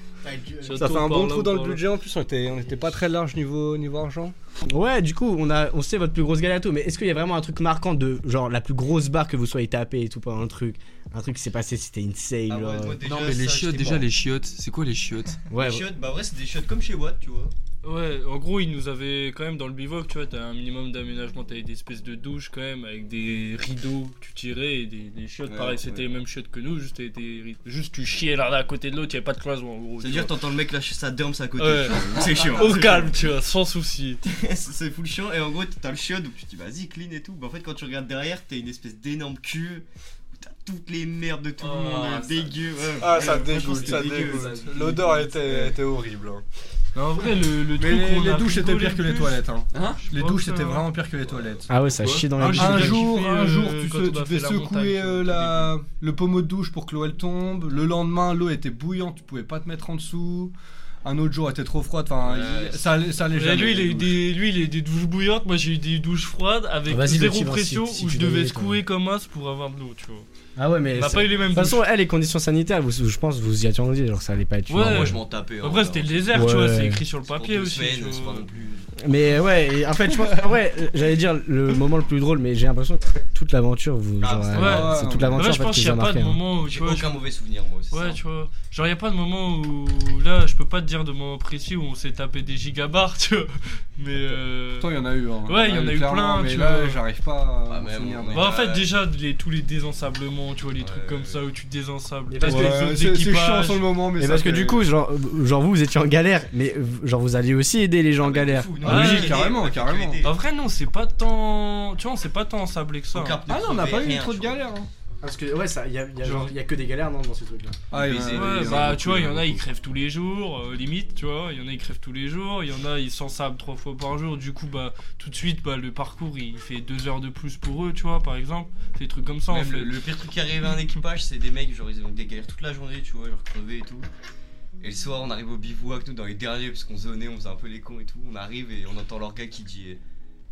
C: ça
E: Ça fait
C: tourne par
E: un bon
C: là
E: trou
C: ou
E: dans le
C: par là.
E: budget en plus, on était, on était pas très large niveau, niveau argent.
A: Ouais, du coup, on, a, on sait votre plus grosse galère et tout, mais est-ce qu'il y a vraiment un truc marquant de genre la plus grosse barre que vous soyez tapé et tout pendant le truc Un truc qui s'est passé, c'était insane.
D: Ah ouais,
A: genre. euh,
D: moi, déjà,
G: Non, mais les
D: ça,
G: chiottes,
D: j'étais
G: déjà
D: pas-
G: les chiottes, c'est quoi les chiottes
A: Ouais,
D: Les chiottes, bah ouais, c'est des chiottes comme chez Watt, tu vois.
C: Ouais, en gros, ils nous avaient quand même dans le bivouac, tu vois, t'as un minimum d'aménagement, t'avais des espèces de douches quand même, avec des rideaux que tu tirais et des, des chiottes.
E: Ouais,
C: Pareil, c'était
E: ouais.
C: les mêmes chiottes que nous, juste, t'avais des ri- juste tu chiais l'un Ah, à côté de l'autre, y'avait pas de cloison en gros. tu
D: C'est-à-dire,
C: vois.
D: t'entends le mec lâcher sa derme à côté.
C: Ouais.
D: C'est chiant.
C: Au calme, tu vois, sans souci.
D: c'est full chiant et en gros t'as le chiotte donc tu te dis vas-y clean et tout mais en fait quand tu regardes derrière t'as une espèce d'énorme cuve où t'as toutes les merdes de tout le
C: Oh,
D: monde euh,
C: ça-
D: dégueu ouais.
E: Ah,
D: Ouais, franchement, c'était dégueu.
E: L'odeur était, était horrible. hein.
C: Non, en vrai, le, le
E: Mais
C: truc
E: les,
C: qu'on
E: les
C: a
E: douches étaient
C: rigolé
E: pires que
C: le
E: les
C: plus-
E: toilettes. hein.
G: Hein
E: Les
C: Oh,
E: douches
C: putain.
E: étaient vraiment pires que les toilettes.
A: Ah ouais, ça chie dans la
C: Ah,
A: gueule.
C: j'ai
E: Un
C: bien
E: jour,
C: kiffé,
E: un
C: euh,
E: jour, tu,
C: quand
E: se-
C: on a
E: tu devais
C: fait la
E: secouer
C: montagne,
E: euh,
C: au
E: la- le pommeau de douche pour que l'eau elle tombe. Le lendemain, l'eau était bouillante, tu pouvais pas te mettre en dessous. Un autre jour, elle était trop froide. Enfin,
C: Ouais.
E: il- ça, allait- ça allait
C: Ouais,
E: jamais.
C: lui, il a
E: les
C: eu
E: douches.
C: des, lui, il a eu des douches bouillantes. Moi, j'ai eu des douches froides avec
A: Vas-y,
C: zéro
A: Gauthier,
C: pression
A: si- si
C: où
A: tu
C: je
A: devais,
C: devais
A: toi.
C: secouer comme as pour avoir de l'eau, tu vois.
A: Ah ouais,
C: On
A: mais.
C: n'a
A: ça-
C: pas eu les mêmes
A: De toute
C: douches.
A: façon, elle, les conditions sanitaires, vous, je pense que vous y attendiez, genre ça allait pas être
C: Ouais.
A: humain.
D: moi je m'en tapais hein,
C: Après, c'était le désert, tu
A: Ouais.
C: vois, c'est écrit sur le
D: C'est pour
C: papier
D: deux
C: aussi.
D: semaines,
C: tu vois.
D: c'est pas non plus
A: Mais ouais, et en fait, je pense. en vrai, euh, j'allais dire le moment le plus drôle, mais j'ai l'impression que toute l'aventure, vous.
D: Ah,
A: genre,
D: c'est-
A: euh, c'est
E: ouais, ouais.
A: toute
C: Ouais,
A: l'aventure en
C: je
A: fait
C: pense
A: qui
C: qu'il
A: vous
C: n'y
A: a
C: a pas
A: marqué.
C: de
A: hein.
C: moment où tu
D: j'ai
C: vois.
D: aucun mauvais souvenir moi c'est
C: Ouais,
D: ça.
C: tu vois. Genre, il n'y a pas de moment où. Là, je peux pas te dire de moment précis où on s'est tapé des gigabars, tu vois. Mais. euh,
E: Pourtant, il y en a eu. hein.
C: Ouais, il y en a eu
E: clairement,
C: plein,
E: Mais
C: tu
E: là,
C: vois.
E: j'arrive pas à
D: Ah,
E: me
D: mais
E: souvenir.
D: bon,
E: mais-
C: Bah, en
D: Ouais.
C: fait, déjà, les, tous les désensablements, tu vois, les
D: Ouais.
C: trucs comme ça où tu désensables.
A: Mais
C: T'as
A: parce
C: des
A: que
E: Ouais,
C: zones
E: C'est c'est chiant
C: d'équipage.
E: sur le moment,
D: Eh
E: mais
A: Mais
E: ça
D: ben-
A: parce que
E: fait-
A: du coup, genre, euh, genre vous, vous étiez en galère, mais euh, genre vous alliez aussi aider les gens en galère.
D: fou,
E: Ah,
C: Ouais,
E: logique,
C: ouais.
E: carrément,
D: ouais,
E: carrément.
D: ouais.
C: En vrai, non, c'est pas tant. Tu vois, on s'est pas tant ensablé que ça.
D: Au cap de
E: Ah non, on n'a pas
D: crever,
E: eu trop de
D: rien, tu vois.
E: galères. hein.
A: Parce que ouais, ça, y a, y a-
C: Genre-
A: y a que des galères non, dans ces trucs-là.
E: Ah, il y en a-
D: Ouais,
E: il y en a
C: Ouais,
E: beaucoup,
C: bah tu vois, il y en a, ils
E: beaucoup.
C: crèvent tous les jours, euh, limite, tu vois. Il y en a, ils crèvent tous les jours. Il y en a, ils s'en sablent trois fois par jour. Du coup, bah, tout de suite, bah, le parcours, il fait deux heures de plus pour eux, tu vois, par exemple. Des trucs comme ça, en
D: Même
C: fait.
D: le, le pire truc qui arrive à un équipage, c'est des mecs, genre ils ont des galères toute la journée, tu vois, genre crevés et tout. Et le soir, on arrive au bivouac, nous dans les derniers, parce qu'on zonait, on faisait un peu les cons et tout. On arrive et on entend leur gars qui dit euh,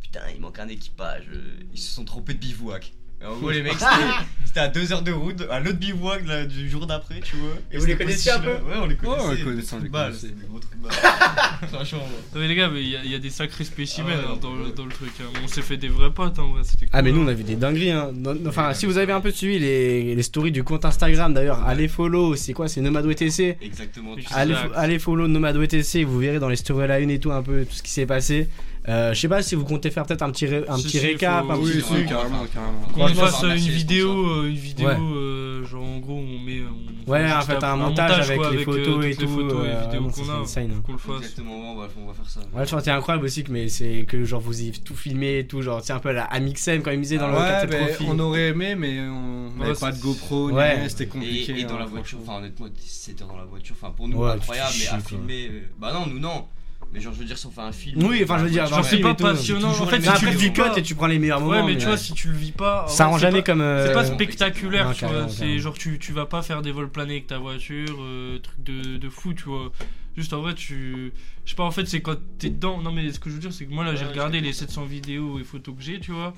D: Putain, il manque un équipage, euh, ils se sont trompés de bivouac. Et en gros, les mecs, c'était- c'était à 2 heures de route, à l'autre bivouac de la- du jour d'après, tu vois.
A: Et vous les
D: c'était
A: connaissiez un
D: possible.
A: peu
D: Ouais, on les
E: Ouais,
D: connaissait.
E: on les
D: des
E: connaissait, on
D: trucs
E: les
D: de balle,
E: connaissait.
D: c'est des gros trucs de balle. Franchement,
C: Non, mais les gars, mais il y, a- il y a des sacrés spécimens
D: Ah ouais,
C: hein, dans,
D: ouais.
C: dans le truc. hein. On s'est fait des vrais potes, en vrai. C'était
A: Ah mais
C: cool,
A: nous on
C: hein.
A: a vu des dingueries hein. Non- non, Enfin si vous avez un peu suivi les, les stories du compte Instagram d'ailleurs, allez follow, c'est quoi C'est Nomad WTC
D: exactement. tu
C: Et
D: sais.
A: allez,
C: Exact.
A: fo- allez follow Nomad WTC, vous verrez dans les stories à la une et tout un peu tout ce qui s'est passé. Euh, je sais pas si vous comptez faire peut-être un petit, ré- un
C: Si,
A: petit
C: si,
A: récap,
C: faut-
A: un
E: Oui,
A: petit
E: si,
A: truc.
E: carrément, carrément.
C: Qu'on
D: Franchement,
C: fasse
D: on va
C: euh, une
D: remercier les
C: vidéo, euh, une vidéo,
A: Ouais.
C: euh, genre en gros, on met. on-
A: Ouais,
C: on
A: en
C: juste
A: fait, un montage avec
C: quoi,
A: les
C: euh,
A: photos
C: toutes
A: et
C: les
A: tout,
C: photos et
A: euh,
C: vidéos
A: non, ça,
C: qu'on
A: c'est
C: a.
A: insane, hein.
C: faut Qu'on le fasse.
D: Exactement, on va, on va faire ça.
A: Ouais, je pense que c'est incroyable aussi que, mais c'est que genre vous y tout filmez et tout, genre c'est un peu la Amixem quand ils misaient dans
C: Ah
A: le
E: Ouais,
A: quartier
E: ben,
A: profil.
E: on aurait aimé, mais on n'avait
C: Ouais,
E: pas de GoPro, ni
A: Ouais.
E: rien, c'était compliqué.
D: Et, et dans
E: hein,
D: la voiture,
E: franchement.
D: enfin honnêtement, 17 heures dans la voiture, enfin pour nous
A: Ouais,
D: incroyable,
A: tu te fais
D: mais à
A: chier, quoi.
D: filmer. euh, Bah non, nous non. Mais genre, je veux dire, si on fait un film.
A: Oui, enfin je veux dire,
C: Genre, c'est
A: film
C: pas
A: et tout.
C: passionnant.
D: toujours
C: En
D: les
C: fait,
A: Mais
D: mêmes
C: si tu
A: après
C: le
A: tu
C: vis
A: cut
C: pas.
A: et tu prends les meilleurs moments.
C: Ouais, mais tu vois, si tu le vis pas.
A: ça
C: en
A: rend
C: vrai, c'est
A: jamais
C: pas-
A: comme.
C: C'est pas
A: euh,
C: spectaculaire,
A: non,
C: tu vois.
A: carrément, carrément.
C: C'est genre, tu, tu vas pas faire des vols planés avec ta voiture, euh, truc de, de fou, tu vois. Juste en vrai, tu. Je sais pas, en fait, c'est quand t'es dedans. Non, mais ce que je veux dire, c'est que moi là, j'ai
D: Ouais,
C: regardé
D: je
C: les 700 vidéos et photos que j'ai, tu vois.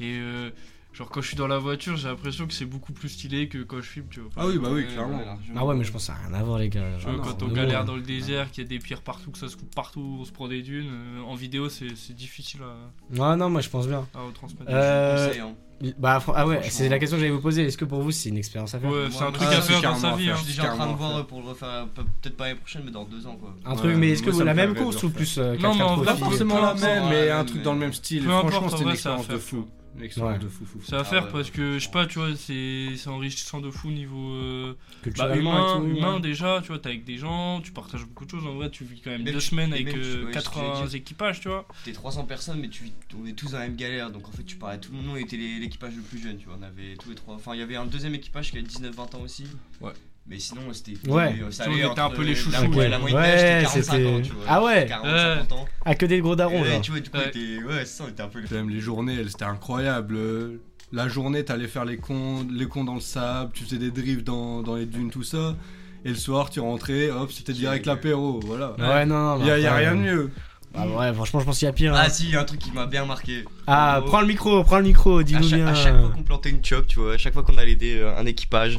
C: Et euh, genre, quand je suis dans la voiture, j'ai l'impression que c'est beaucoup plus stylé que quand je filme, tu vois.
E: Ah oui, bah oui,
D: Ouais,
E: clairement.
D: ouais, largement.
A: Ah ouais, mais je pense que ça a rien à voir, les gars.
C: Tu vois,
E: Ah non,
C: Euh, quand on
A: vraiment, hein.
C: galère
A: ouais.
C: dans le désert, qu'il y a des pierres partout, que ça se coupe partout, on se prend des dunes. euh, en vidéo, c'est c'est difficile à,
A: Ouais, non, moi je pense bien.
C: à retransmettre.
A: Euh,
D: Conseil, hein.
A: Bah, fr- ah ouais,
D: Franchement.
A: c'est la question que j'allais vous poser. Est-ce que pour vous c'est une expérience à faire
C: ouais, c'est un
D: moi,
C: truc
E: ah,
C: à
E: c'est
C: faire dans sa
E: carrément à
C: vie.
E: faire.
C: hein.
D: Je suis déjà en train de
E: carrément,
D: voir
E: frère.
D: euh, pour le refaire, pe- peut-être pas l'année prochaine, mais dans deux ans quoi.
A: Un truc,
E: Ouais,
A: mais est-ce que
E: moi, ça
A: la
E: me
A: même
E: plairait de
A: course
E: le
A: ou plus euh,
C: Non, mais
A: quatre-quatre
C: en vrai,
E: Pas
A: profils
E: forcément la
D: Ouais,
E: même, mais un
D: mais-
E: truc dans le même style.
C: Peu
E: Franchement,
C: importe, en
E: c'était une
C: vrai, ça va
E: expérience de
C: faire,
E: fou. Une expérience
A: Ouais.
E: de fou, fou, fou.
C: C'est à
D: Ah
C: faire
D: ouais,
C: parce
D: ouais,
C: que
D: je
C: je sais pas, tu vois, c'est c'est enrichissant de fou niveau euh, bah,
A: Culturellement et
C: humain,
A: tout,
C: humain
A: ouais.
C: déjà, tu vois, t'es avec des gens, tu partages beaucoup de choses. En vrai, tu vis quand même
D: Mais
C: deux
D: tu-
C: semaines
D: mais
C: avec
D: même, tu-
C: euh,
D: ouais,
C: 80
D: je te
C: équipages, tu vois.
D: T'es 300 personnes, mais tu, vis- on est tous dans la même galère. Donc en fait, tu parlais tout le monde. Nous, on était les- l'équipage le plus jeune, tu vois. On avait tous les trois. Enfin, il y avait un deuxième équipage qui avait 19-20 ans aussi.
E: Ouais.
D: Mais sinon, c'était.
A: Ouais.
D: euh, ça
C: Tout le
D: allait
C: monde était
D: entre
C: un peu les chouchous,
D: La, ouais,
A: ouais.
D: la moyenne
A: Ouais,
D: d'âge, c'était 45
A: c'était-
D: ans, tu vois.
A: Ah ouais.
D: 40, 50 ans.
A: À que des gros darons,
D: Et,
A: genre.
D: tu vois, du coup,
C: Ouais.
D: était... ouais, c'est ça, on était un peu les.
E: Quand même, les journées, elles, c'était incroyable. Euh, La journée, t'allais faire les cons, les cons dans le sable, tu faisais des drifts dans, dans les dunes, tout ça. Et le soir, tu rentrais, hop, c'était direct l'apéro, voilà.
A: Ouais, non, non.
E: Y a,
A: bah,
E: y a
A: après,
E: rien de mieux.
A: bah, ouais, franchement, je pense qu'il y a pire. hein.
D: Ah, si, il y a un truc qui m'a bien marqué.
A: Ah,
D: En gros,
A: prends le micro, prends le micro,
D: à
A: dis-nous
D: chaque,
A: bien.
D: à chaque fois qu'on plantait une chop, tu vois, à chaque fois qu'on allait aider euh, un équipage,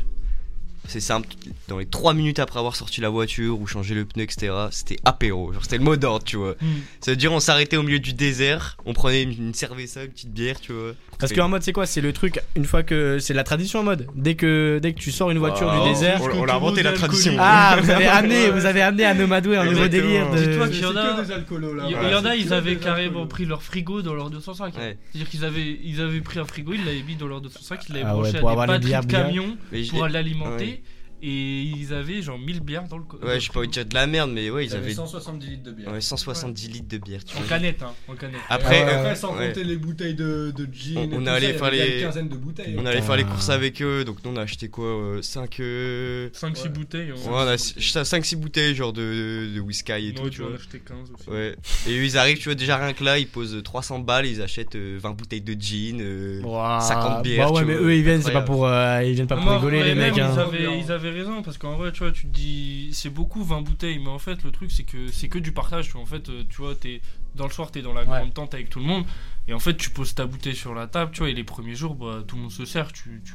D: c'est simple, dans les 3 minutes après avoir sorti la voiture ou changé le pneu, etc., c'était apéro, genre c'était le mot d'ordre, tu vois.
A: Hmm.
D: Ça veut dire on s'arrêtait au milieu du désert, on prenait une, une cerveza, une petite bière, tu vois.
A: Parce qu'en mode, c'est quoi C'est le truc, une fois que. C'est la tradition en mode. Dès que, dès que tu sors une voiture
D: Oh,
C: Ah.
A: du désert.
D: on- on l'a inventé la tradition.
A: Ah, vous avez amené, vous avez amené à Nomadoué un nouveau délire
D: Exactement.
C: Dis-toi
A: de.
C: qu'il y en a-
E: alcoolos
C: Il y,
D: Voilà,
C: il y en
E: Ah c'est
C: a,
E: que
C: ils
E: des
C: avaient
E: alcoolos.
C: carrément pris leur frigo dans leur 205.
D: Ouais.
C: C'est-à-dire qu'ils avaient, ils avaient pris un frigo, ils l'avaient mis dans leur 205, ils l'avaient
A: Ah ouais,
C: branché
A: pour
C: à des
A: avoir les
C: batteries
A: bières
C: de
A: bien.
C: camion
D: Mais j'ai-
C: pour l'alimenter.
D: ouais.
C: Et ils avaient genre 1000 bières dans le. co- dans
D: Ouais,
C: le
D: je peux
C: frigo.
D: dire de la merde, mais ouais, ils
E: Ils avaient
D: avaient
E: 170 litres de bière.
D: ouais, 170 litres de bière, tu
C: En
D: vois.
C: canette, hein, en canette.
D: Après,
A: Ouais.
D: euh,
E: Après, sans
D: ouais.
E: compter les bouteilles de, de gin.
D: On-
E: et
D: on
E: tout
D: est allé
E: ça, il y
D: faire
E: avait
D: les-
E: une quinzaine de bouteilles.
D: on allait
A: Putain.
D: faire les courses avec eux, donc nous on a acheté quoi 5 euh,
C: 5-6
E: Ouais.
C: bouteilles. hein.
D: Ouais, on a 5-6 bouteilles genre de, de, de whisky et tout,
C: Ouais,
D: tu
C: tu en
D: vois.
C: as acheté 15 aussi.
D: Ouais. Et eux, ils arrivent, tu vois, déjà rien que là, ils posent 300 balles, ils achètent euh, 20 bouteilles de gin. euh,
A: Ouah.
D: 50 bières,
A: Bah ouais,
D: tu
A: mais
D: vois,
A: eux ils viennent, c'est pas
D: incroyable.
A: pour. euh, ils viennent pas pour
C: Moi,
A: rigoler,
C: ouais,
A: les
C: même,
A: mecs. hein.
C: Ils avaient, ils avaient raison parce qu'en vrai, tu vois, tu te dis, c'est beaucoup 20 bouteilles, mais en fait, le truc, c'est que c'est que du partage. tu vois. En fait, euh, tu vois, t'es dans le soir, t'es dans la grande tente avec tout le monde, et en fait, tu poses ta bouteille sur la table, tu vois, et les premiers jours, bah, tout le monde se sert. Tu, tu-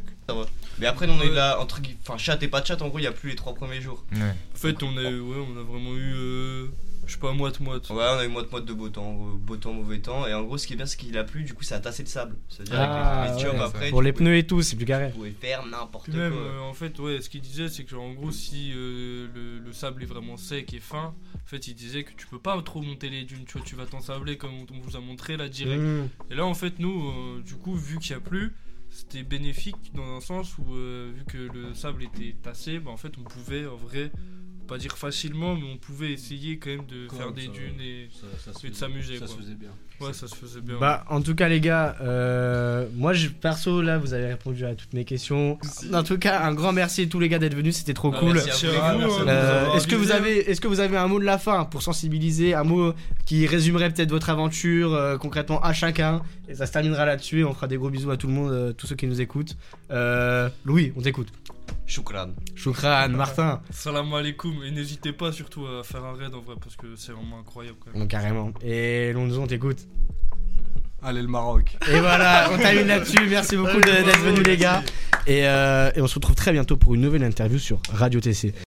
D: Mais après, nous, on est là, entre guillemets, enfin, chat et pas de chat, en gros, il y a plus les 3 premiers jours.
B: Ouais.
C: En fait, on a, eu- ouais, on a vraiment eu, euh, je sais pas, moite-moite.
D: Ouais, on a eu moite moite de beau temps, euh, beau temps, mauvais temps. Et en gros, ce qui est bien, c'est qu'il a plu, du coup, ça a tassé le sable. C'est-à-dire
A: Ah,
D: avec les, les
A: ouais,
D: jobs
B: ça.
D: après.
A: Pour
D: tu
A: les
D: pouvais-
A: pneus et tout, c'est plus carré.
D: Tu pouvais faire n'importe
C: Puis
D: quoi.
C: même, euh, en fait, ouais, ce qu'il disait, c'est que, genre, en gros, si euh, le, le sable est vraiment sec et fin, en fait, il disait que tu peux pas trop monter les dunes, tu vois, tu vas t'ensabler comme on- on vous a montré là direct.
A: Mm.
C: Et là, en fait, nous, euh, du coup, vu qu'il n'y a plus, c'était bénéfique dans un sens où, euh, vu que le sable était tassé, bah, en fait, on pouvait, en vrai, pas dire facilement, mais on pouvait essayer quand même de
E: Quand
C: faire
E: même,
C: des
E: ça,
C: dunes et.
E: Ça, ça se
C: Et de
E: faisait-
C: s'amuser,
E: Ça se
C: quoi.
E: faisait bien.
C: Ouais, ça se faisait bien.
A: Bah, en tout cas, les gars, euh, moi, je, perso, là, vous avez répondu à toutes mes questions. En tout cas, un grand merci à tous les gars d'être venus, c'était trop
C: Ah,
A: cool.
D: merci à
C: Merci
D: vous,
C: à
E: les gars,
C: vous,
E: merci à
C: hein.
E: nous
A: Euh,
E: avoir
A: est-ce que vous
E: avisés.
A: avez, est-ce que vous avez un mot de la fin pour sensibiliser, un mot qui résumerait peut-être votre aventure euh, concrètement à chacun Et ça se terminera là-dessus. et On fera des gros bisous à tout le monde, euh, tous ceux qui nous écoutent. Euh, Louis, on t'écoute.
D: Choukran.
A: Choukran, Martin.
C: Salam alaikum, et n'hésitez pas surtout à faire un raid en vrai, parce que c'est vraiment incroyable quand même.
A: Donc carrément. Et Lonzo, on t'écoute.
E: Allez, le Maroc.
A: Et voilà, on termine là-dessus. Merci beaucoup de- d'être venus les gars. Et, euh, et on se retrouve très bientôt pour une nouvelle interview sur Radio TC.